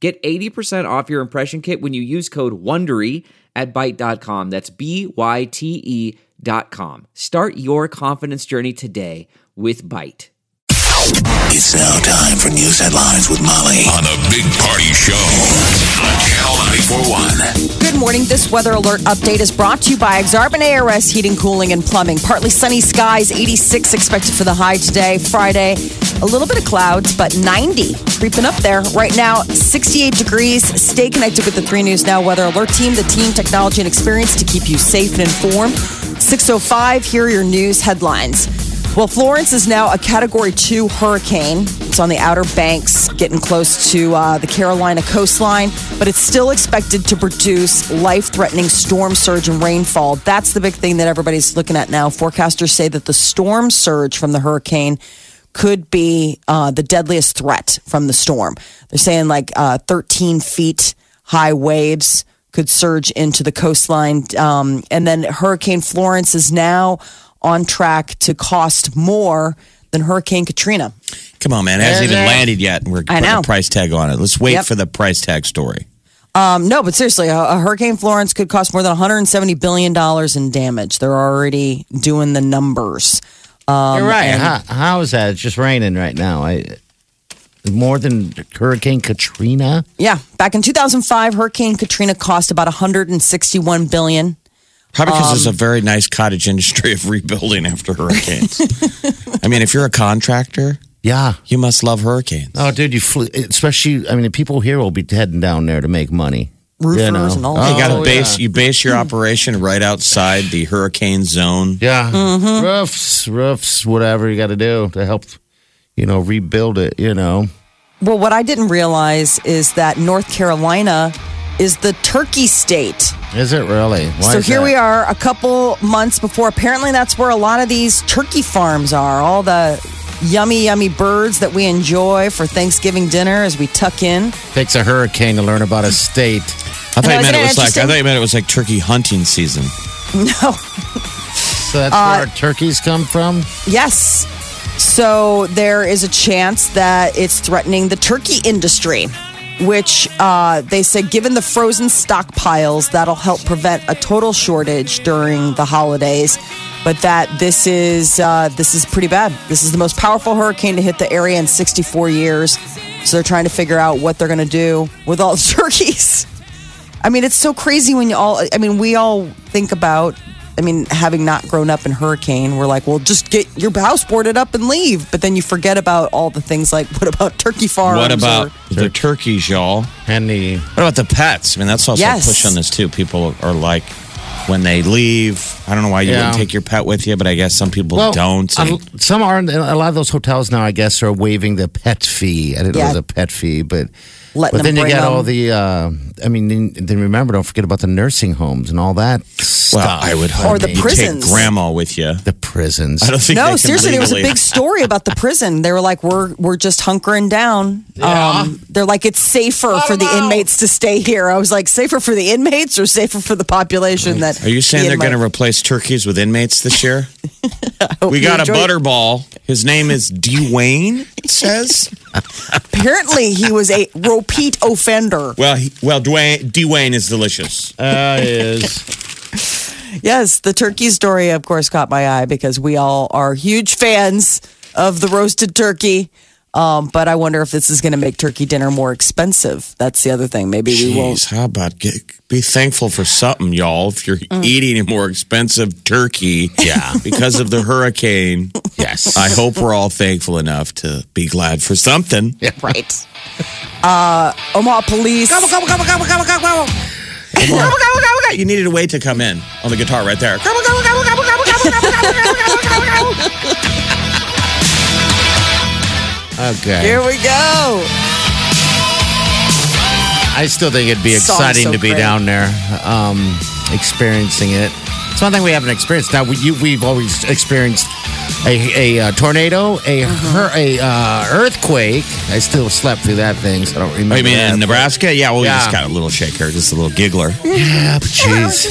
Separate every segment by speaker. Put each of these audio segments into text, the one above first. Speaker 1: Get 80% off your impression kit when you use code WONDERY at Byte.com. That's b y t e dot com. Start your confidence journey today with Byte.
Speaker 2: It's now time for news headlines with Molly on the Big Party Show on Channel 941.
Speaker 3: Good morning. This weather alert update is brought to you by Exarban ARS Heating, Cooling, and Plumbing. Partly sunny skies, 86 expected for the high today, Friday. A little bit of clouds, but 90 creeping up there. Right now, 68 degrees. Stay connected with the 3 News Now Weather Alert Team, the team, technology, and experience to keep you safe and informed. 605, here are your news headlines. Well, Florence is now a Category 2 hurricane. It's on the Outer Banks, getting close to uh, the Carolina coastline, but it's still expected to produce life threatening storm surge and rainfall. That's the big thing that everybody's looking at now. Forecasters say that the storm surge from the hurricane could be uh, the deadliest threat from the storm. They're saying like uh, 13 feet high waves could surge into the coastline. Um, and then Hurricane Florence is now on track to cost more than Hurricane Katrina.
Speaker 4: Come on, man. It hasn't even landed yet, and we're
Speaker 3: I
Speaker 4: putting
Speaker 3: know.
Speaker 4: a price tag on it. Let's wait
Speaker 3: Yep.
Speaker 4: for the price tag story.
Speaker 3: Um, no, but seriously, a, a Hurricane Florence could cost more than $170 billion in damage. They're already doing the numbers. Um,
Speaker 5: You're right.
Speaker 3: and-
Speaker 5: How, how is that? It's just raining right now. I more than Hurricane Katrina.
Speaker 3: Yeah. Back in 2005, Hurricane Katrina cost about $161 billion.
Speaker 4: Probably because
Speaker 3: Um,
Speaker 4: there's a very nice cottage industry of rebuilding after hurricanes. I mean, if you're a contractor,
Speaker 5: Yeah.
Speaker 4: you must love hurricanes.
Speaker 5: Oh, dude, you flew. Especially, I mean, the people here will be heading down there to make money.
Speaker 3: Roofers
Speaker 5: You know.
Speaker 3: and all
Speaker 4: you
Speaker 3: that.
Speaker 4: got to
Speaker 5: Oh,
Speaker 4: base you base your operation right outside the hurricane zone.
Speaker 5: Yeah,
Speaker 3: Mm-hmm.
Speaker 5: roofs, roofs, whatever you got to do to help, you know, rebuild it. You know,
Speaker 3: Well, what I didn't realize is that North Carolina is the turkey state.
Speaker 5: is it really? Why
Speaker 3: so
Speaker 5: is
Speaker 3: here
Speaker 5: that?
Speaker 3: we are a couple months before. Apparently, that's where a lot of these turkey farms are. All the yummy, yummy birds that we enjoy for Thanksgiving dinner as we tuck in.
Speaker 5: Takes a hurricane to learn about a state.
Speaker 4: I thought
Speaker 3: know,
Speaker 4: you meant
Speaker 3: isn't
Speaker 4: it
Speaker 3: it
Speaker 4: was like I
Speaker 3: interesting?
Speaker 4: thought you meant it was like turkey hunting season.
Speaker 3: No.
Speaker 5: So that's
Speaker 3: Uh,
Speaker 5: where our turkeys come from.
Speaker 3: Yes. So there is a chance that it's threatening the turkey industry, which uh, they said, given the frozen stockpiles, that'll help prevent a total shortage during the holidays. But that this is uh, this is pretty bad. This is the most powerful hurricane to hit the area in 64 years. So they're trying to figure out what they're going to do with all the turkeys. I mean, it's so crazy when you all. I mean, we all think about. I mean, having not grown up in hurricane, we're like, well, just get your house boarded up and leave. But then you forget about all the things like, what about turkey farms?
Speaker 4: What about
Speaker 3: or-
Speaker 4: the turkeys, y'all?
Speaker 5: And the
Speaker 4: What about the pets? I mean, that's also
Speaker 3: Yes.
Speaker 4: a push on this too. People are like, when they leave, I don't know why you
Speaker 5: Yeah.
Speaker 4: wouldn't take your pet with you, but I guess some people don't.
Speaker 5: a-
Speaker 4: And
Speaker 5: some are a lot of those hotels now. I guess are waiving the pet fee. I didn't know
Speaker 3: Yeah.
Speaker 5: it was a pet fee, but
Speaker 3: Letting
Speaker 5: but
Speaker 3: them
Speaker 5: then you
Speaker 3: bring
Speaker 5: got
Speaker 3: them.
Speaker 5: all the. Uh, I mean, then, then remember, don't forget about the nursing homes and all that
Speaker 4: well,
Speaker 5: stuff.
Speaker 4: I would
Speaker 3: Or
Speaker 4: hope
Speaker 3: the
Speaker 4: you take
Speaker 3: prisons.
Speaker 4: grandma with you.
Speaker 5: the prisons.
Speaker 4: I don't think they
Speaker 3: No,
Speaker 4: can
Speaker 3: seriously, there was a
Speaker 4: legally-
Speaker 3: big story about the prison. They were like, we're we're just hunkering down. Um, they're like, it's safer for the inmates to stay here. I was like, safer for the inmates or safer for the population that.
Speaker 4: Are you saying
Speaker 3: me
Speaker 4: they're
Speaker 3: and
Speaker 4: going to
Speaker 3: my-
Speaker 4: replace turkeys with inmates this year? we got a
Speaker 3: enjoy it.
Speaker 4: butterball. His name is Dwayne. It says.
Speaker 3: Apparently, he was a repeat offender.
Speaker 4: well, he, well, Dwayne Dwayne is delicious.
Speaker 5: Uh, is.
Speaker 3: Yes, the turkey story, of course, caught my eye because we all are huge fans of the roasted turkey. Um, but I wonder if this is going to make turkey dinner more expensive. That's the other thing. Maybe we
Speaker 4: Jeez,
Speaker 3: won't.
Speaker 4: how about get, be thankful for something, y'all? If you're
Speaker 3: Mm.
Speaker 4: eating a more expensive turkey, yeah, because of the hurricane.
Speaker 5: Yes.
Speaker 4: I hope we're all thankful enough to be glad for something.
Speaker 3: Right. Uh, Omaha police.
Speaker 4: Gobble, gobble, gobble, gobble, gobble, gobble, gobble. Gobble, gobble, gobble, gobble. You needed a way to come in on the guitar right there. Gobble, gobble, gobble, gobble, gobble, gobble, gobble, gobble, gobble, gobble, gobble.
Speaker 5: okay.
Speaker 3: Here we go.
Speaker 5: I still think it'd be
Speaker 3: Song's
Speaker 5: exciting
Speaker 3: so
Speaker 5: to be
Speaker 3: great.
Speaker 5: down there, um, experiencing it. It's one thing we haven't experienced. Now we, you, we've always experienced a, a, uh tornado, a
Speaker 3: Uh-huh.
Speaker 5: hur- a uh, earthquake. I still slept through that thing, so I don't remember.
Speaker 4: Oh, you mean
Speaker 5: that,
Speaker 4: in Nebraska? Yeah, well, we
Speaker 5: Yeah.
Speaker 4: just got a little shaker, just a little giggler.
Speaker 5: Yeah, but jeez.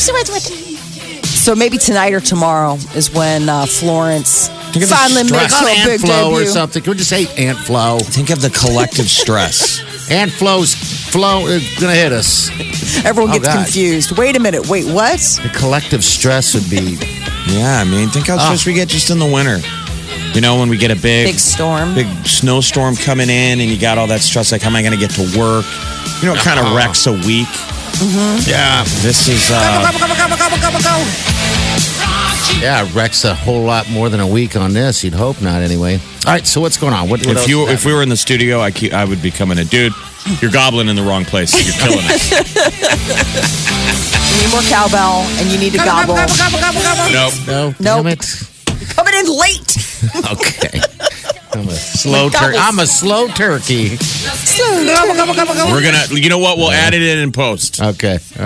Speaker 3: So maybe tonight or tomorrow is when uh, Florence
Speaker 5: Think of the
Speaker 3: finally
Speaker 5: stress.
Speaker 3: makes
Speaker 5: Call
Speaker 3: her
Speaker 5: Aunt
Speaker 3: big
Speaker 5: Flo or
Speaker 3: debut.
Speaker 5: something. Can we just say Aunt Flo?
Speaker 4: Think of the collective stress.
Speaker 5: Aunt Flo's Flo is gonna hit us.
Speaker 3: Everyone
Speaker 5: Oh,
Speaker 3: gets
Speaker 5: God.
Speaker 3: confused. Wait a minute. Wait, what?
Speaker 5: The collective stress would be
Speaker 4: Yeah, I mean, think how stressed we get just in the winter. You know, when we get a Ah. big,
Speaker 3: Big storm.
Speaker 4: big snowstorm coming in, and you got all that stress. Like, how am I going to get to work? You know, it kind of
Speaker 5: Uh-huh.
Speaker 4: wrecks a week.
Speaker 5: Mm-hmm.
Speaker 4: Yeah, this is. Uh,
Speaker 5: Yeah, it wrecks a whole lot more than a week on this. You'd hope not, anyway. All right, so what's going on? What, what
Speaker 4: if
Speaker 5: else
Speaker 4: you
Speaker 5: is
Speaker 4: if we were in the studio, I keep, I would be coming a dude. You're gobbling in the wrong place. You're killing us.
Speaker 3: You need more cowbell and you need to gobble.
Speaker 4: nope.
Speaker 5: happening? No,
Speaker 3: Nope.
Speaker 5: damn it.
Speaker 3: Coming in late.
Speaker 5: Okay, I'm a slow
Speaker 3: That
Speaker 5: turkey.
Speaker 3: was-
Speaker 5: I'm a slow turkey.
Speaker 4: We're gonna. You know what? We'll add it in in
Speaker 3: Uh,
Speaker 4: post.
Speaker 5: Okay, all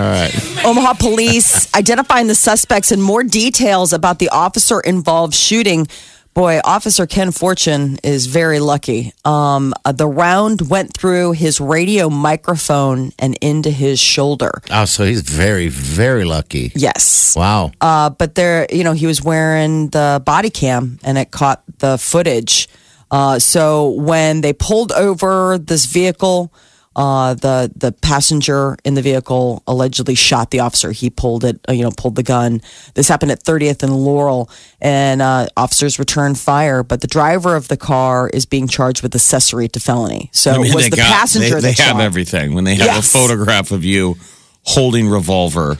Speaker 5: right.
Speaker 3: Omaha police identifying the suspects and more details about the officer involved shooting. Boy, Officer Ken Fortune is very lucky. Um, uh, the round went through his radio microphone and into his shoulder.
Speaker 5: Oh, so he's very, very lucky.
Speaker 3: Yes.
Speaker 5: Wow.
Speaker 3: Uh, but there, you know, he was wearing the body cam and it caught the footage. Uh, so when they pulled over this vehicle, uh, the the passenger in the vehicle allegedly shot the officer. He pulled it, uh, you know, pulled the gun. This happened at 30th and Laurel, and uh, officers returned fire. But the driver of the car is being charged with accessory to felony. So
Speaker 4: I mean,
Speaker 3: it was
Speaker 4: they
Speaker 3: the
Speaker 4: got-
Speaker 3: passenger
Speaker 4: They,
Speaker 3: that
Speaker 4: they have
Speaker 3: shot.
Speaker 4: everything. When they have
Speaker 3: Yes.
Speaker 4: a photograph of you holding revolver,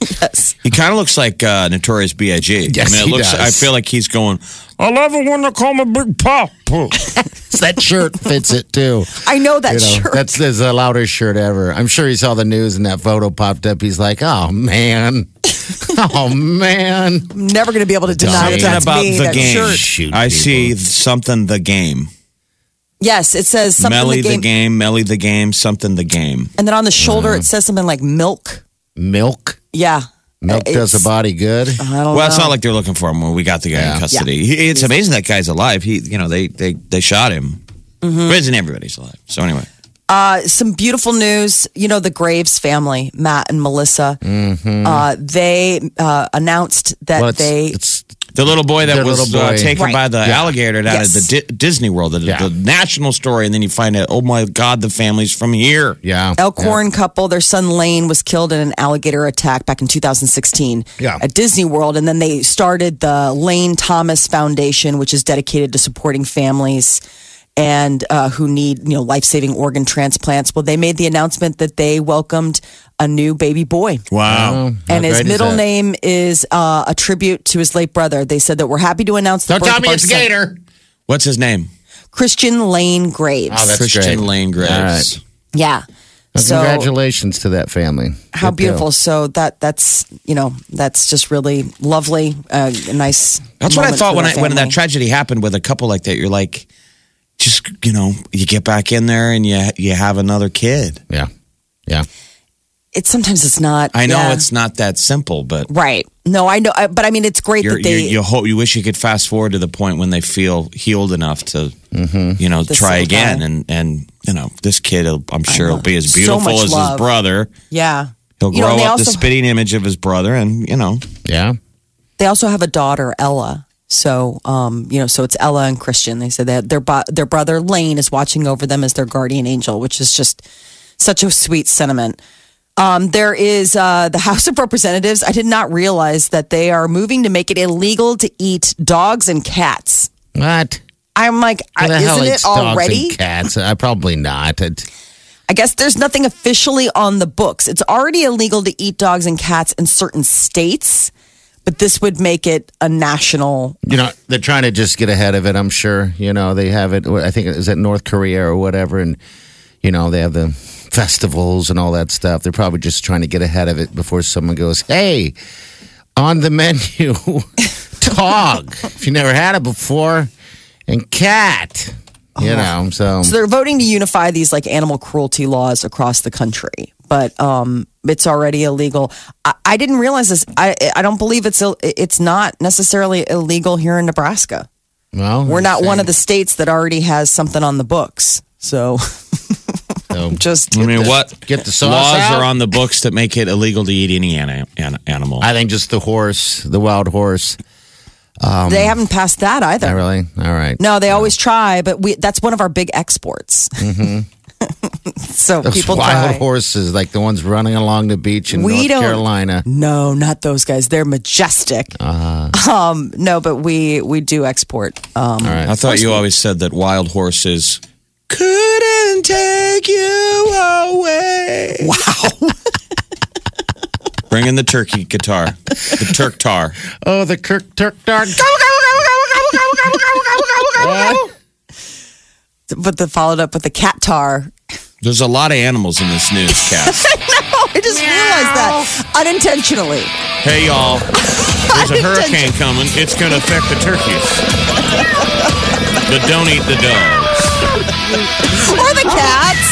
Speaker 3: Yes.
Speaker 4: he kind of looks like uh, Notorious B.I.G.
Speaker 5: Yes,
Speaker 4: I mean, it
Speaker 5: he
Speaker 4: looks.
Speaker 5: does.
Speaker 4: I feel like he's going. I love it when they call me Big Pop.
Speaker 5: that shirt fits it too.
Speaker 3: I know that
Speaker 5: You know,
Speaker 3: shirt.
Speaker 5: That's, that's the loudest shirt ever. I'm sure he saw the news and that photo popped up. He's like, oh man, oh man.
Speaker 3: I'm never going to be able to deny that
Speaker 4: Something
Speaker 3: that's
Speaker 4: about
Speaker 3: me.
Speaker 4: the
Speaker 3: that
Speaker 4: game.
Speaker 3: shirt.
Speaker 5: Shoot
Speaker 4: I
Speaker 5: people.
Speaker 4: see something. The game.
Speaker 3: Yes, it says something.
Speaker 4: Melly
Speaker 3: the game.
Speaker 4: Melly the game. Something the game.
Speaker 3: And then on the shoulder,
Speaker 5: Mm-hmm.
Speaker 3: it says something like milk.
Speaker 5: Milk.
Speaker 3: Yeah.
Speaker 5: Milk
Speaker 3: Uh, It's- Uh,
Speaker 5: does a body good.
Speaker 3: I don't
Speaker 4: Well,
Speaker 3: know.
Speaker 4: it's not like they're looking for him when we got the guy in custody. He, it's amazing that guy's alive. He, you know, they they they shot him.
Speaker 3: Mm-hmm.
Speaker 4: But isn't everybody's alive? So anyway,
Speaker 3: Uh, Some beautiful news. You know, the Graves family, Matt and Melissa, uh, they uh, announced that
Speaker 5: Mm-hmm. Well, it's,
Speaker 3: they.
Speaker 5: it's
Speaker 4: the little boy that
Speaker 5: Their
Speaker 4: was
Speaker 5: little
Speaker 4: Uh,
Speaker 5: boy.
Speaker 4: taken
Speaker 3: Right.
Speaker 4: by the alligator down
Speaker 3: Yes.
Speaker 4: at the Di- Disney World, the,
Speaker 5: Yeah.
Speaker 4: the national story, and then you find out, oh my God, the family's from here.
Speaker 5: yeah.
Speaker 3: Elkhorn couple, their son Lane was killed in an alligator attack back in 2016
Speaker 5: Yeah.
Speaker 3: at Disney World. And then they started the Lane Thomas Foundation, which is dedicated to supporting families and uh, who need you know life saving organ transplants. Well, they made the announcement that they welcomed a new baby boy.
Speaker 4: Wow.
Speaker 5: How
Speaker 3: And his
Speaker 5: great is
Speaker 3: middle
Speaker 5: that?
Speaker 3: name is uh, a tribute to his late brother. They said that we're happy to announce the
Speaker 5: Don't
Speaker 3: birth
Speaker 5: tell
Speaker 3: of
Speaker 5: me
Speaker 3: our
Speaker 5: it's
Speaker 3: son,
Speaker 5: Gator.
Speaker 4: What's his name?
Speaker 3: Christian Lane Graves.
Speaker 5: Oh, that's
Speaker 4: Christian
Speaker 5: great.
Speaker 4: Lane Graves.
Speaker 5: All right.
Speaker 3: yeah. So
Speaker 5: Congratulations to that family.
Speaker 3: how
Speaker 5: Good deal.
Speaker 3: beautiful. So that that's you know that's just really lovely. Uh, a nice.
Speaker 4: That's what I
Speaker 3: moment
Speaker 4: thought
Speaker 3: for
Speaker 4: when I,
Speaker 3: the
Speaker 4: when that
Speaker 3: family.
Speaker 4: tragedy happened with a couple like that. You're like, just you know, you get back in there and you you have another kid.
Speaker 5: Yeah. Yeah.
Speaker 3: It's sometimes it's not.
Speaker 4: I know
Speaker 3: yeah.
Speaker 4: it's not that simple, but
Speaker 3: right. No, I know, I, but I mean it's great
Speaker 4: you're,
Speaker 3: that they.
Speaker 4: you you hope you wish you could fast forward to the point when they feel healed enough to
Speaker 5: Mm-hmm.
Speaker 4: you know
Speaker 3: This
Speaker 4: try
Speaker 3: little
Speaker 4: again
Speaker 3: guy.
Speaker 4: and and you know this kid will, I'm sure will be as
Speaker 3: it. So
Speaker 4: beautiful
Speaker 3: much
Speaker 4: as
Speaker 3: love.
Speaker 4: his brother.
Speaker 3: yeah.
Speaker 4: He'll
Speaker 3: You know,
Speaker 4: grow
Speaker 3: and they
Speaker 4: up the
Speaker 3: also-
Speaker 4: spitting image of his brother, and you know
Speaker 5: Yeah.
Speaker 3: They also have a daughter, Ella. So, um, you know, so it's Ella and Christian. They said that their bo- their brother Lane is watching over them as their guardian angel, which is just such a sweet sentiment. Um, there is uh, the House of Representatives. I did not realize that they are moving to make it illegal to eat dogs and cats.
Speaker 5: What?
Speaker 3: I'm like,
Speaker 5: Who the hell
Speaker 3: isn't it
Speaker 5: eats dogs and
Speaker 3: already?
Speaker 5: cats? Uh, probably not. It-
Speaker 3: I guess there's nothing officially on the books. It's already illegal to eat dogs and cats in certain states, but this would make it a national.
Speaker 5: you know, they're trying to just get ahead of it. I'm sure. You know, they have it. I think is it North Korea or whatever, and you know they have the festivals and all that stuff. They're probably just trying to get ahead of it before someone goes, "Hey, on the menu, dog. if you never had it before, and cat." You know, so
Speaker 3: Uh-huh. So they're voting to unify these like animal cruelty laws across the country, but um, it's already illegal. I, I didn't realize this. I I don't believe it's Ill- it's not necessarily illegal here in Nebraska.
Speaker 5: well,
Speaker 3: We're not one of the states that already has something on the books. So just
Speaker 4: I mean, what
Speaker 5: get the sauce
Speaker 4: laws
Speaker 5: out.
Speaker 4: are on the books that make it illegal to eat any an, an, animal?
Speaker 5: I think just the horse, the wild horse. Oh,
Speaker 3: they haven't passed that either.
Speaker 5: Not really. All right.
Speaker 3: No, they always try, but we that's one of our big exports. so
Speaker 5: Mm-hmm. Those
Speaker 3: people
Speaker 5: wild
Speaker 3: try.
Speaker 5: horses, like the ones running along the beach in
Speaker 3: We
Speaker 5: North
Speaker 3: don't-
Speaker 5: Carolina.
Speaker 3: No, not those guys. They're majestic.
Speaker 5: Uh-huh.
Speaker 3: Um, no, but we we do export. Um,
Speaker 4: I thought you always said that wild horses couldn't take you away. Wow. Bring in the turkey guitar, the Turk tar.
Speaker 5: Oh, the Kirk Turk Dark.
Speaker 3: But the followed up with the cat tar.
Speaker 4: There's a lot of animals in this newscast.
Speaker 3: Oh, I just realized that unintentionally.
Speaker 4: hey, y'all. There's a hurricane coming. It's going to affect the turkeys. but don't eat the dogs.
Speaker 3: Or the cats.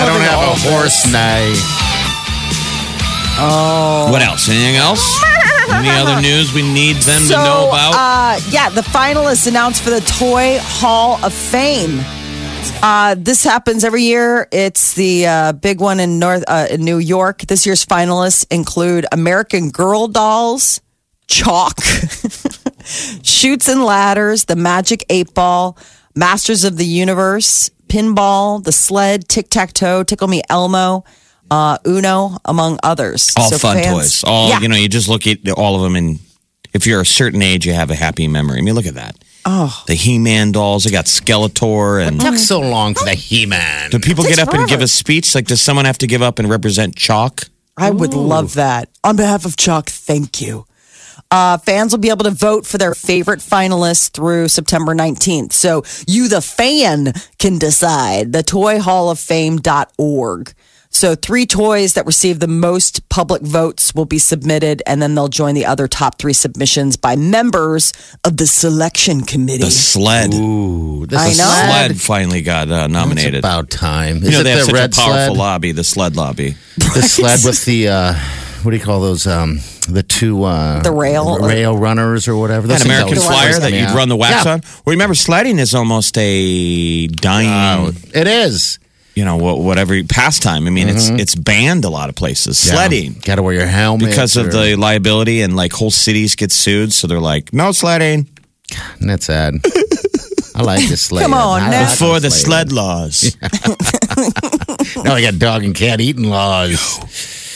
Speaker 5: I don't have a horse night.
Speaker 4: What else? Anything else? Any other news we need them to know
Speaker 3: So,
Speaker 4: about?
Speaker 3: uh, yeah, the finalists announced for the Toy Hall of Fame. Uh, this happens every year. It's the uh, big one in North uh, in New York. This year's finalists include American Girl dolls, chalk, shoots and ladders, the Magic Eight Ball, Masters of the Universe, pinball, the sled, tic tac toe, tickle me Elmo, uh, Uno, among others.
Speaker 4: all
Speaker 3: So
Speaker 4: fun
Speaker 3: fans-
Speaker 4: toys. All
Speaker 3: Yeah.
Speaker 4: you know, you just look at all of them, and if you're a certain age, you have a happy memory. I mean, look at that. Oh, the He-Man dolls. I got Skeletor, and
Speaker 5: Took so long for the He-Man.
Speaker 4: do people get
Speaker 3: takes
Speaker 4: up and give
Speaker 3: forever.
Speaker 4: a speech? Like, does someone have to give up and represent chalk?
Speaker 3: I would love that. On behalf of Chuck, thank you. Uh, fans will be able to vote for their favorite finalists through September 19th. So you, the fan, can decide. The Toy Hall of Fame.org. So three toys that receive the most public votes will be submitted, and then they'll join the other top three submissions by members of the selection committee.
Speaker 4: The sled.
Speaker 5: Ooh, this
Speaker 3: I
Speaker 5: is
Speaker 3: know.
Speaker 5: sled.
Speaker 4: Sled finally got uh, nominated.
Speaker 5: It's about time. Is
Speaker 4: you know,
Speaker 5: it
Speaker 4: they have
Speaker 5: the
Speaker 4: such
Speaker 5: red
Speaker 4: a powerful
Speaker 5: sled?
Speaker 4: lobby, the sled lobby.
Speaker 5: The sled with the uh, what do you call those? Um, the two uh,
Speaker 3: The rail.
Speaker 5: rail runners or whatever. Those
Speaker 4: An
Speaker 5: things
Speaker 4: American
Speaker 5: always
Speaker 4: flyer
Speaker 5: freak
Speaker 4: that
Speaker 5: me
Speaker 4: you'd
Speaker 5: out.
Speaker 4: run the wax
Speaker 5: Yeah,
Speaker 4: on. Well, remember, sledding is almost a dying,
Speaker 5: It is
Speaker 4: you know, wha- whatever pastime. I mean,
Speaker 5: Mm-hmm.
Speaker 4: it's it's banned a lot of places. Sledding.
Speaker 5: Got to wear your helmet
Speaker 4: because
Speaker 5: or-
Speaker 4: of the liability and like whole cities get sued so they're like no sledding
Speaker 5: And that's sad. I like this sled.
Speaker 3: Come on
Speaker 5: I
Speaker 3: now.
Speaker 5: like
Speaker 4: for the
Speaker 5: sled.
Speaker 4: sled laws
Speaker 5: No, I got dog and cat eating laws.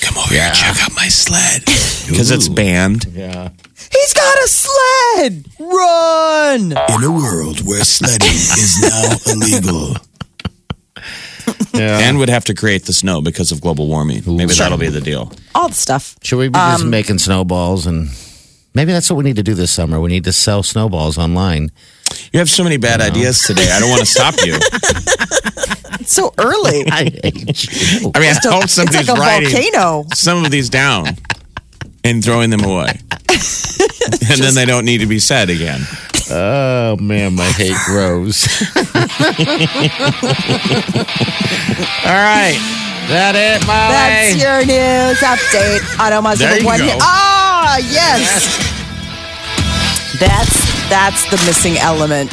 Speaker 4: come over here check out my sled because it's banned
Speaker 3: He's got a sled! Run!
Speaker 2: In a world where sledding is now illegal.
Speaker 4: and would have to create the snow because of global warming maybe that'll be the deal
Speaker 3: All the stuff.
Speaker 5: Should we be just making snowballs and maybe that's what we need to do this summer? We need to sell snowballs online.
Speaker 4: you have so many bad ideas today i don't want to stop you
Speaker 3: It's so early.
Speaker 5: I hate you.
Speaker 4: i mean i hope
Speaker 3: it's like
Speaker 4: somebody's
Speaker 3: a
Speaker 4: writing
Speaker 3: volcano.
Speaker 4: some of these down and throwing them away and then they don't need to be said again
Speaker 5: Oh man, my hate grows. All right, that it,
Speaker 3: That's
Speaker 5: Molly.
Speaker 3: your news update on Oma's
Speaker 4: There
Speaker 3: number
Speaker 4: you
Speaker 3: one.
Speaker 4: go.
Speaker 3: hit. Ah, yes. That's that's the missing element.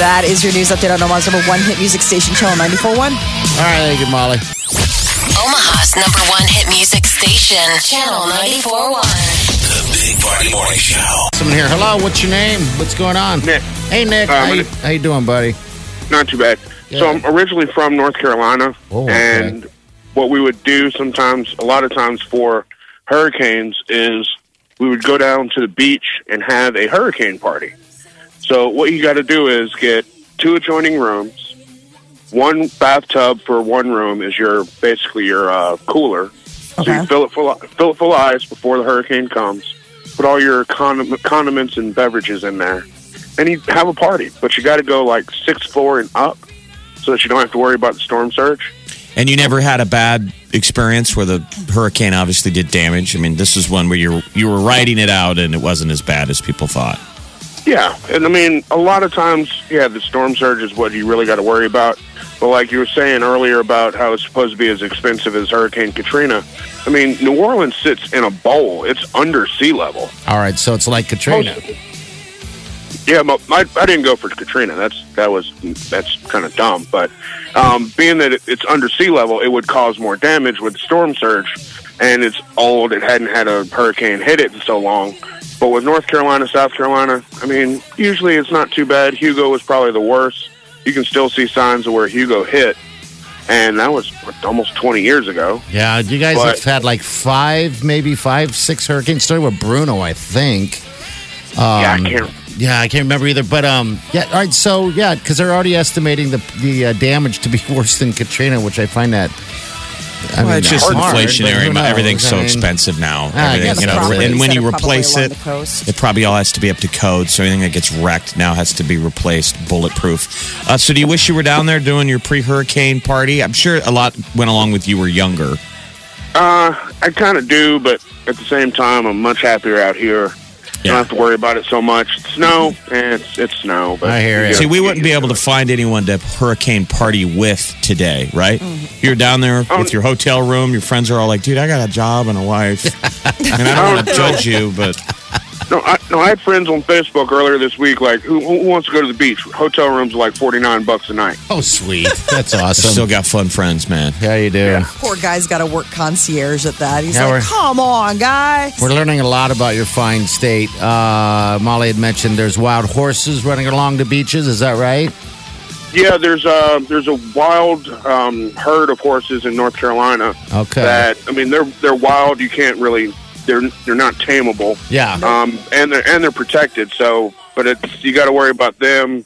Speaker 3: That is your news update on Oma's number one hit music station, Channel 94.1.
Speaker 5: All right, thank you, Molly.
Speaker 6: Omaha's number one hit music station, Channel 94.1.
Speaker 2: The Big Party Morning Show.
Speaker 5: Someone here. Hello, what's your name? What's going on?
Speaker 7: Nick.
Speaker 5: Hey, Nick.
Speaker 7: Uh,
Speaker 5: how,
Speaker 7: my
Speaker 5: you,
Speaker 7: name-
Speaker 5: how you doing, buddy?
Speaker 7: Not too bad. So I'm originally from North Carolina,
Speaker 5: Oh, okay.
Speaker 7: and what we would do sometimes, a lot of times for hurricanes, is we would go down to the beach and have a hurricane party. So what you got to do is get two adjoining rooms. One bathtub for one room is your basically your uh, cooler. So
Speaker 3: Okay.
Speaker 7: you fill it full fill it full of ice before the hurricane comes. Put all your condiment, condiments and beverages in there, and you have a party. But you got to go like six four and up, so that you don't have to worry about the storm surge.
Speaker 4: And you never had a bad experience where the hurricane obviously did damage. I mean, this is one where you you were riding it out and it wasn't as bad as people thought.
Speaker 7: Yeah, and I mean, a lot of times, yeah, the storm surge is what you really got to worry about. But like you were saying earlier about how it's supposed to be as expensive as Hurricane Katrina, I mean, New Orleans sits in a bowl. It's under sea level.
Speaker 5: All right, so it's like Katrina.
Speaker 7: Yeah, my, my, I didn't go for Katrina. That's that was that's kind of dumb. But um, being that it, it's under sea level, it would cause more damage with the storm surge, and it's old. It hadn't had a hurricane hit it in so long. But with North Carolina, South Carolina, I mean, usually it's not too bad. Hugo was probably the worst. You can still see signs of where Hugo hit, and that was almost 20 years ago.
Speaker 5: Yeah, you guys
Speaker 7: But-
Speaker 5: have had like five, maybe five, six hurricanes. Started with Bruno, I think.
Speaker 7: yeah, I can't.
Speaker 5: Yeah, I can't remember either. But um, yeah. All right, so yeah, because they're already estimating the the uh, damage to be worse than Katrina, which I find that. I
Speaker 4: well, it's just
Speaker 5: hard, but
Speaker 4: inflationary.
Speaker 5: who knows?
Speaker 4: Everything's
Speaker 5: I
Speaker 4: so
Speaker 5: mean,
Speaker 4: expensive now.
Speaker 5: Ah, I
Speaker 4: Everything,
Speaker 5: guess
Speaker 4: you know,
Speaker 5: properties
Speaker 4: and when
Speaker 3: that
Speaker 4: you
Speaker 3: are probably
Speaker 4: replace
Speaker 3: along
Speaker 4: it,
Speaker 3: the coast.
Speaker 4: it probably all has to be up to code. So anything that gets wrecked now has to be replaced bulletproof. Uh, so do you wish you were down there doing your pre-hurricane party? I'm sure a lot went along with you were younger.
Speaker 7: Uh, I kind of do, but at the same time, I'm much happier out here. I
Speaker 4: Yeah.
Speaker 7: Don't have to worry about it so much. It's snow, and it's it's snow. But
Speaker 5: I hear
Speaker 7: you
Speaker 5: it.
Speaker 4: See,
Speaker 7: gotta
Speaker 4: we
Speaker 7: get
Speaker 4: wouldn't be
Speaker 7: used
Speaker 4: able to find anyone to hurricane party with today, right? You're down there
Speaker 7: Oh.
Speaker 4: with your hotel room. Your friends are all like, "Dude, I got a job and a wife," and I don't want to
Speaker 7: Oh, no.
Speaker 4: judge you, but
Speaker 7: No, I, no, I had friends on Facebook earlier this week. Like, who, who wants to go to the beach? Hotel rooms are like forty nine bucks a night.
Speaker 5: Oh, sweet. That's
Speaker 4: I still
Speaker 5: awesome.
Speaker 4: got fun friends, man.
Speaker 5: Yeah, you do.
Speaker 3: Poor guy's got to work concierge at that. He's
Speaker 5: Yeah,
Speaker 3: like,
Speaker 5: we're-
Speaker 3: come on, guys.
Speaker 5: We're learning a lot about your fine state. Uh, Molly had mentioned there's wild horses running along the beaches. Is that right?
Speaker 7: Yeah, there's a there's a wild um, herd of horses in North Carolina.
Speaker 5: Okay.
Speaker 7: That I mean, they're they're wild. You can't really they're they're not tameable.
Speaker 5: Yeah.
Speaker 7: Um, and they're and they're protected. So, but it's you got to worry about them.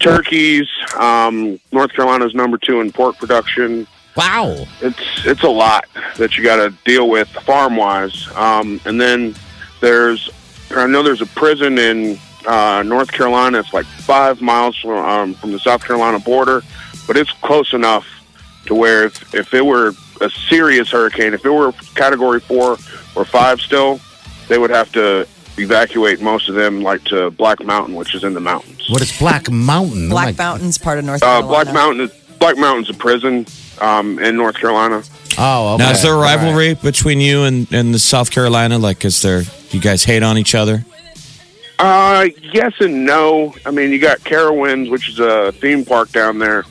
Speaker 7: Turkeys. Um, North Carolina's number two in pork production.
Speaker 5: Wow.
Speaker 7: it's it's a lot that you got to deal with farm wise. Um, and then there's I know there's a prison in uh, North Carolina. It's like five miles from um, from the South Carolina border, but it's close enough to where if, if it were a serious hurricane, if it were Category four or five still, they would have to evacuate most of them like to Black Mountain, which is in the mountains.
Speaker 5: What is Black Mountain? Oh, my-
Speaker 3: Black Mountain's part of North
Speaker 7: Uh,
Speaker 3: Carolina.
Speaker 7: Black Mountain is Black Mountain's a prison um, in North Carolina.
Speaker 5: Oh, okay.
Speaker 4: Now, is there a
Speaker 5: All right.
Speaker 4: rivalry between you and, and the South Carolina? Like, is there, you guys hate on each other?
Speaker 7: Uh, yes and no. I mean, you got Carowinds, which is a theme park down there,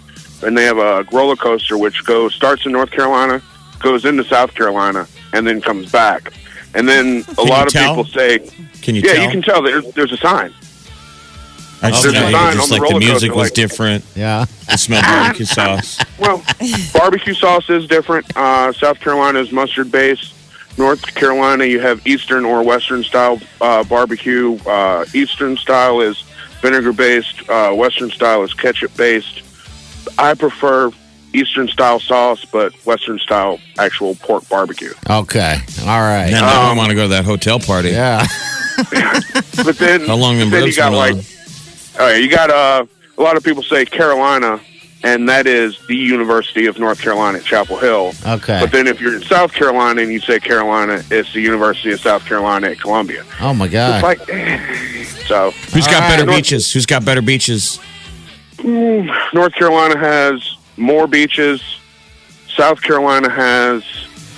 Speaker 7: and they have a roller coaster which goes starts in North Carolina, goes into South Carolina, and then comes back. And then a
Speaker 4: you
Speaker 7: lot of
Speaker 4: tell?
Speaker 7: people say,
Speaker 4: Can you
Speaker 7: "Yeah,
Speaker 4: tell?
Speaker 7: you can tell there's, there's a sign."
Speaker 4: I just
Speaker 7: There's
Speaker 4: know
Speaker 7: a
Speaker 4: you were
Speaker 7: sign
Speaker 4: just
Speaker 7: on the
Speaker 4: like the
Speaker 7: roller
Speaker 4: music
Speaker 7: coaster,
Speaker 4: was
Speaker 7: like-
Speaker 4: different.
Speaker 5: Yeah.
Speaker 4: It smelled barbecue sauce.
Speaker 7: Well, barbecue sauce is different. Uh, South Carolina is mustard based. North Carolina, you have Eastern or Western style uh, barbecue. Uh, Eastern style is vinegar based. Uh, Western style is ketchup based. I prefer Eastern style sauce, but Western style actual pork barbecue.
Speaker 5: Okay. All right.
Speaker 4: Man, I
Speaker 7: Um,
Speaker 4: don't want to go to that hotel party.
Speaker 5: Yeah.
Speaker 7: But then,
Speaker 4: How long them
Speaker 7: then you
Speaker 4: ribs
Speaker 7: got
Speaker 4: were
Speaker 7: like,
Speaker 4: on?
Speaker 7: all right, you got uh, a lot of people say Carolina, and that is the University of North Carolina at Chapel Hill.
Speaker 5: Okay.
Speaker 7: But then if you're in South Carolina and you say Carolina, it's the University of South Carolina at Columbia.
Speaker 5: Oh my God.
Speaker 7: It's like, so
Speaker 4: Who's got
Speaker 5: All
Speaker 4: better
Speaker 7: right.
Speaker 4: beaches? Who's got better beaches?
Speaker 7: North Carolina has more beaches. South Carolina has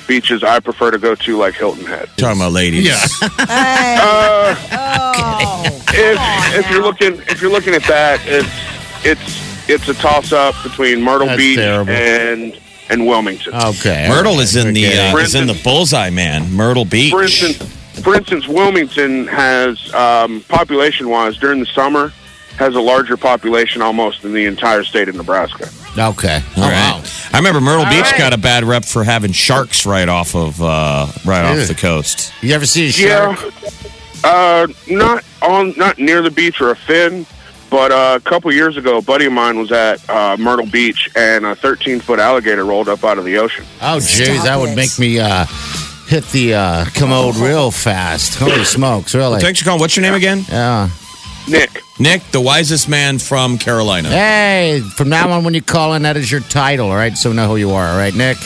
Speaker 7: beaches I prefer to go to, like Hilton Head.
Speaker 4: Talking about ladies. Yeah.
Speaker 3: Hey. oh.
Speaker 7: If, if you're looking, if you're looking at that, it's it's it's a toss up between Myrtle
Speaker 5: That's
Speaker 7: Beach
Speaker 5: terrible. Oh,
Speaker 7: and and Wilmington.
Speaker 5: okay.
Speaker 4: Myrtle is in the uh,
Speaker 7: For
Speaker 4: is in the
Speaker 7: instance-
Speaker 4: bullseye, man. Myrtle Beach.
Speaker 7: for instance, for instance, Wilmington has um, population-wise during the summer has a larger population almost than the entire state of Nebraska.
Speaker 5: Okay. Oh,
Speaker 4: All right.
Speaker 5: wow.
Speaker 4: I remember Myrtle Beach
Speaker 7: right.
Speaker 4: got a bad rep for having sharks right off of uh, right
Speaker 5: Ew.
Speaker 4: off the coast.
Speaker 5: You ever see a shark?
Speaker 7: Yeah, uh, not on, not near the beach or a fin, but uh, a couple years ago, a buddy of mine was at uh, Myrtle Beach, and a 13-foot alligator rolled up out of the ocean.
Speaker 5: Oh, jeez. That would
Speaker 3: it. Oh.
Speaker 5: make me uh, hit the uh, commode real fast. Holy smokes, really.
Speaker 4: Thanks for calling. What's your name again?
Speaker 5: Yeah.
Speaker 7: Nick,
Speaker 4: Nick, the wisest man from Carolina.
Speaker 5: Hey, from now on, when you call in, that is your title, all right? So we know who you are, all right, Nick?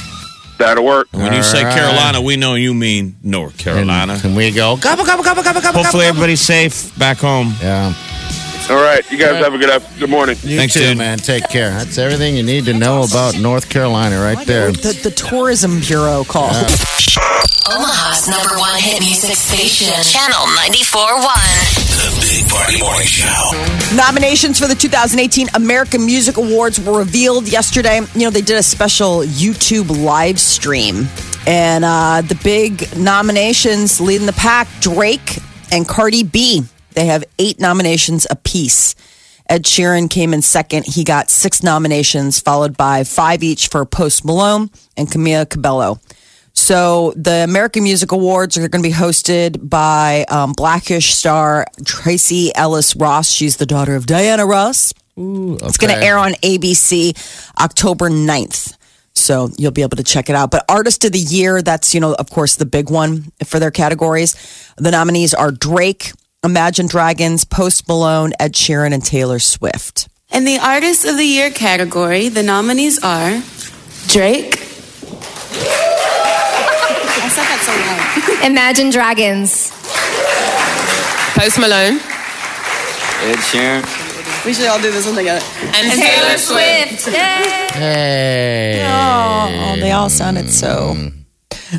Speaker 7: That'll work.
Speaker 4: When you say
Speaker 5: All right.
Speaker 4: Carolina, we know you mean North Carolina.
Speaker 5: And, and we go, gobble, gobble, gobble, gobble, gobble,
Speaker 4: Hopefully,
Speaker 5: gobble.
Speaker 4: everybody's safe back home.
Speaker 5: Yeah.
Speaker 7: All right, you guys have a good af- good morning.
Speaker 5: You
Speaker 4: Thanks,
Speaker 5: too,
Speaker 4: dude.
Speaker 5: man. Take care. That's everything you need to know about North Carolina right there.
Speaker 3: The, the tourism bureau called.
Speaker 6: Omaha's number one hit music station, Channel 94.1.
Speaker 2: The Big Party Morning Show.
Speaker 3: Nominations for the 2018 American Music Awards were revealed yesterday. You know, they did a special YouTube live stream. And uh, the big nominations leading the pack Drake and Cardi B. They have eight nominations apiece. Ed Sheeran came in second. He got six nominations, followed by five each for Post Malone and Camila Cabello. So the American Music Awards are going to be hosted by um, Blackish star Tracy Ellis Ross. She's the daughter of Diana Ross. It's going to
Speaker 5: okay.
Speaker 3: air on ABC October 9th. So you'll be able to check it out. But Artist of the Year, that's, you know, of course, the big one for their categories. The nominees are Drake, Imagine Dragons, Post Malone, Ed Sheeran, and Taylor Swift.
Speaker 8: In the Artist of the Year category, the nominees are Drake. I said that so loud.
Speaker 9: Imagine Dragons.
Speaker 8: Post Malone.
Speaker 10: Ed Sheeran.
Speaker 8: We should all do this one together. And,
Speaker 9: Taylor Swift. Yay.
Speaker 5: Hey.
Speaker 3: Oh, they all sounded so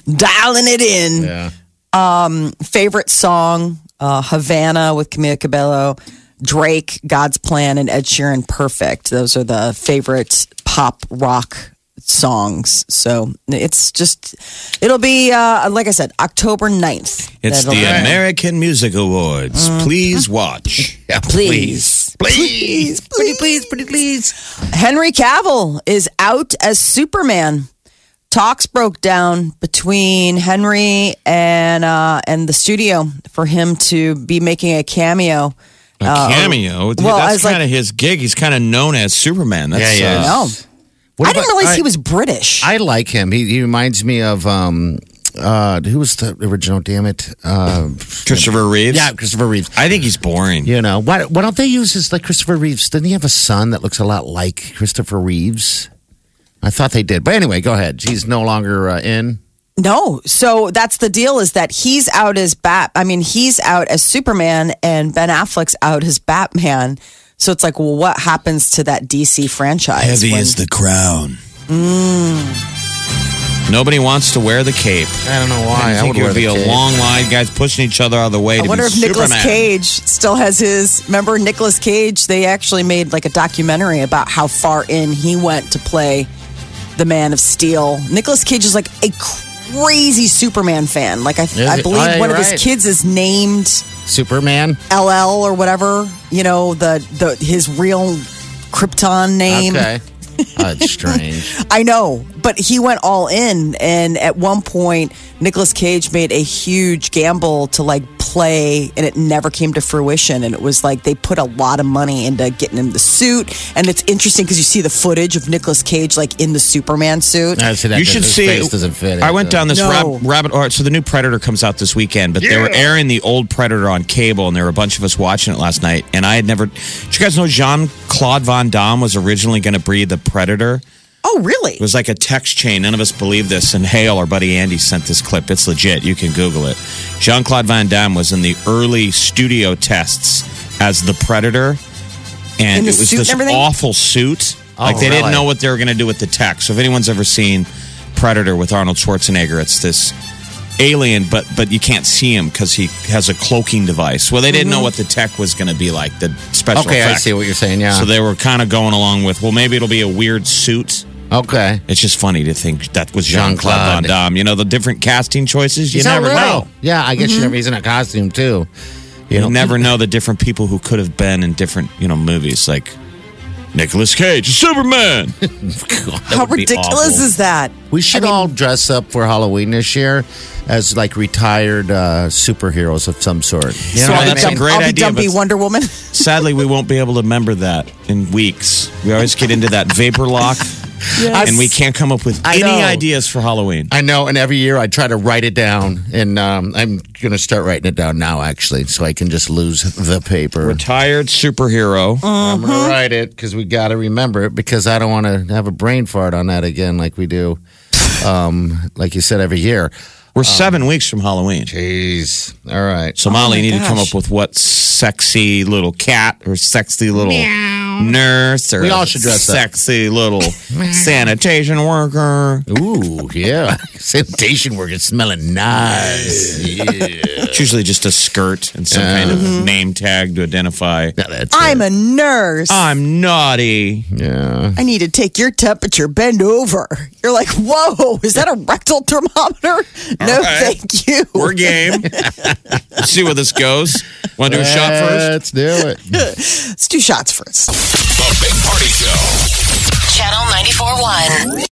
Speaker 3: dialing it in. Um,
Speaker 5: Yeah.
Speaker 3: Favorite song uh, Havana with Camila Cabello, Drake, God's Plan, and Ed Sheeran, Perfect. Those are the favorite pop rock songs. So it's just, it'll be, uh, like I said, October 9th.
Speaker 4: It's
Speaker 3: That'll-
Speaker 4: the American Music Awards.
Speaker 5: Mm.
Speaker 4: Please watch.
Speaker 3: Please.
Speaker 4: Please.
Speaker 3: Pretty please, pretty please. Henry Cavill is out as Superman. Talks broke down between Henry and uh, and the studio for him to be making a cameo.
Speaker 4: A
Speaker 5: Uh,
Speaker 4: cameo.
Speaker 3: well, I
Speaker 4: That's
Speaker 3: was like-
Speaker 4: kind of his gig. He's kind of known as Superman. That's,
Speaker 5: Yeah, yeah.
Speaker 4: uh,
Speaker 3: No,
Speaker 5: Oh. What
Speaker 3: I didn't
Speaker 5: about-
Speaker 3: realize
Speaker 5: I-
Speaker 3: he was British.
Speaker 5: I like him. He, he reminds me of um, uh, who was the original? Damn it, uh,
Speaker 4: Christopher Reeves.
Speaker 5: yeah, Christopher Reeves.
Speaker 4: I think he's boring.
Speaker 5: You know why? Why don't they use his like Christopher Reeves? Didn't he have a son that looks a lot like Christopher Reeves? I thought they did, but anyway, go ahead. He's no longer uh, in.
Speaker 3: no, so that's the deal is that he's out as Bat. I mean, he's out as Superman, and Ben Affleck's out as Batman. So it's like, well, what happens to that DC franchise?
Speaker 4: Heavy
Speaker 3: when-
Speaker 4: is the crown.
Speaker 3: Mm.
Speaker 4: Nobody wants to wear the cape.
Speaker 5: I don't know why.
Speaker 4: I, think it would be a long line. Guys pushing each other out of the way.
Speaker 3: I
Speaker 4: to
Speaker 3: wonder
Speaker 4: be
Speaker 3: if Nicolas
Speaker 4: Superman.
Speaker 3: Cage still has his. Remember Nicolas Cage? They actually made like a documentary about how far in he went to play the Man of Steel. Nicolas Cage is like a crazy Superman fan. Like I, I
Speaker 5: it?
Speaker 3: believe
Speaker 5: Oh,
Speaker 3: one of
Speaker 5: you're right.
Speaker 3: his kids is named
Speaker 5: Superman.
Speaker 3: LL or whatever. You know the the his real Krypton name.
Speaker 5: Okay, oh, it's strange.
Speaker 3: I know, but he went all in, and at one point, Nicolas Cage made a huge gamble to like play, and it never came to fruition. And it was like they put a lot of money into getting him the suit, and it's interesting because you see the footage of Nicolas Cage like in the Superman suit.
Speaker 5: I see that
Speaker 4: You
Speaker 5: does-
Speaker 4: should
Speaker 5: his
Speaker 4: see.
Speaker 5: Face doesn't fit.
Speaker 4: I went down this
Speaker 3: No.
Speaker 4: rab- rabbit. All right, so the new Predator comes out this weekend, but they were airing the old Predator on cable, and there were a bunch of us watching it last night. And I had never. Did you guys know Jean Claude Van Damme was originally going to be the Predator?
Speaker 3: oh, really?
Speaker 4: It was like a text chain. None of us believed this. And Hale, our buddy Andy, sent this clip. It's legit. You can Google it. Jean Claude Van Damme was in the early studio tests as the Predator. And
Speaker 3: In the
Speaker 4: it was
Speaker 3: suit and
Speaker 4: this
Speaker 3: everything?
Speaker 4: awful suit. like they didn't
Speaker 5: Oh, really?
Speaker 4: know what they were going to do with the tech. So if anyone's ever seen Predator with Arnold Schwarzenegger, it's this alien, but but you can't see him because he has a cloaking device. Well, they didn't
Speaker 3: Mm-hmm.
Speaker 4: know what the tech was going to be like, the special
Speaker 5: Okay, I
Speaker 4: effect.
Speaker 5: see what you're saying. Yeah.
Speaker 4: So they were kind of going along with, well, maybe it'll be a weird suit.
Speaker 5: okay.
Speaker 4: It's just funny to think that was Jean Claude Van
Speaker 5: Jean-Claude.
Speaker 4: Damme. You know the different casting choices. You
Speaker 5: He's not
Speaker 4: never
Speaker 5: real.
Speaker 4: know.
Speaker 5: Yeah, I guess you never. He's in a costume too.
Speaker 4: You never know the different people who could have been in different you know movies like Nicolas Cage, Superman.
Speaker 3: How ridiculous is that?
Speaker 5: We should all dress up for Halloween this year as like retired uh, superheroes of some sort. You
Speaker 4: So
Speaker 5: know what I
Speaker 4: that's
Speaker 5: mean?
Speaker 4: a great
Speaker 3: I'll be
Speaker 4: idea,
Speaker 3: dumpy
Speaker 4: but-
Speaker 3: Wonder Woman.
Speaker 4: Sadly, we won't be able to remember that in weeks. We always get into that vapor lock.
Speaker 5: Yes.
Speaker 4: and we can't come up with
Speaker 5: I
Speaker 4: any
Speaker 5: know.
Speaker 4: ideas for Halloween.
Speaker 5: I know, and every year I try to write it down, and um, I'm going to start writing it down now, actually, so I can just lose the paper.
Speaker 4: Retired superhero.
Speaker 5: I'm going to write it because we got to remember it because I don't want to have a brain fart on that again like we do, um, like you said, every year.
Speaker 4: We're seven weeks from Halloween.
Speaker 5: Jeez. All right.
Speaker 4: So Molly, you need to come up with what sexy little cat or sexy little nurse or
Speaker 5: We all should dress up.
Speaker 4: sexy little sanitation worker.
Speaker 5: Ooh, yeah. Sanitation work. It's smelling nice. Yeah.
Speaker 4: It's usually just a skirt and some kind of name tag to identify.
Speaker 5: Now that's
Speaker 11: I'm
Speaker 5: it.
Speaker 11: a nurse.
Speaker 4: I'm naughty.
Speaker 5: yeah.
Speaker 11: I need to take your temperature. Bend over. You're like, whoa, is that a rectal thermometer? No,
Speaker 4: right.
Speaker 11: thank you.
Speaker 4: We're game. Let's see where this goes. Want to do a shot first?
Speaker 5: Let's do it.
Speaker 11: Let's do shots first.
Speaker 2: The Big Party Show.
Speaker 6: Channel 94.1.